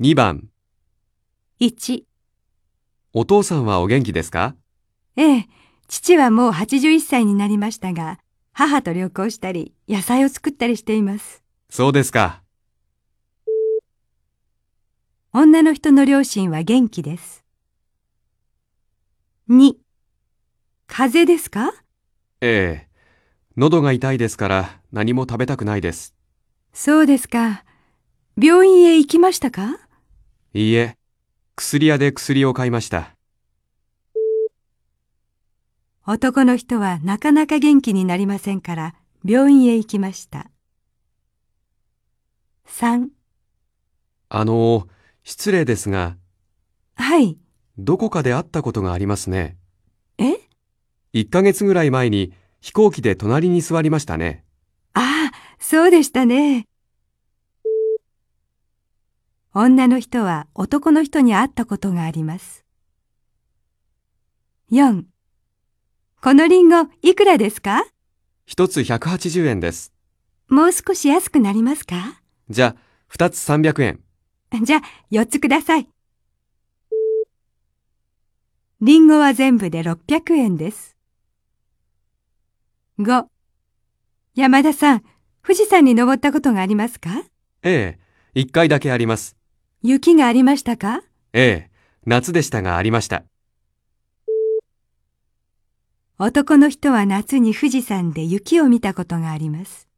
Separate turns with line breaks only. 2番、
1、
お父さんはお元気ですか
ええ、父はもう81歳になりましたが、母と旅行したり、野菜を作ったりしています。
そうですか。
女の人の両親は元気です。2、風邪ですか
ええ。喉が痛いですから何も食べたくないです。
そうですか。病院へ行きましたか
いいえ、薬屋で薬を買いました。
男の人はなかなか元気になりませんから、病院へ行きました。3、
あの、失礼ですが、
はい、
どこかで会ったことがありますね。
え
1ヶ月ぐらい前に飛行機で隣に座りましたね。
ああ、そうでしたね。女の人は男の人に会ったことがあります。4. このリンゴいくらですか
1つ180円です。
もう少し安くなりますか
じゃあ、2つ300円。
じゃあ、4つください。リンゴは全部で600円です。5. 山田さん、富士山に登ったことがありますか
ええ、1回だけあります。
雪がありましたか
ええ、夏でしたがありました。
男の人は夏に富士山で雪を見たことがあります。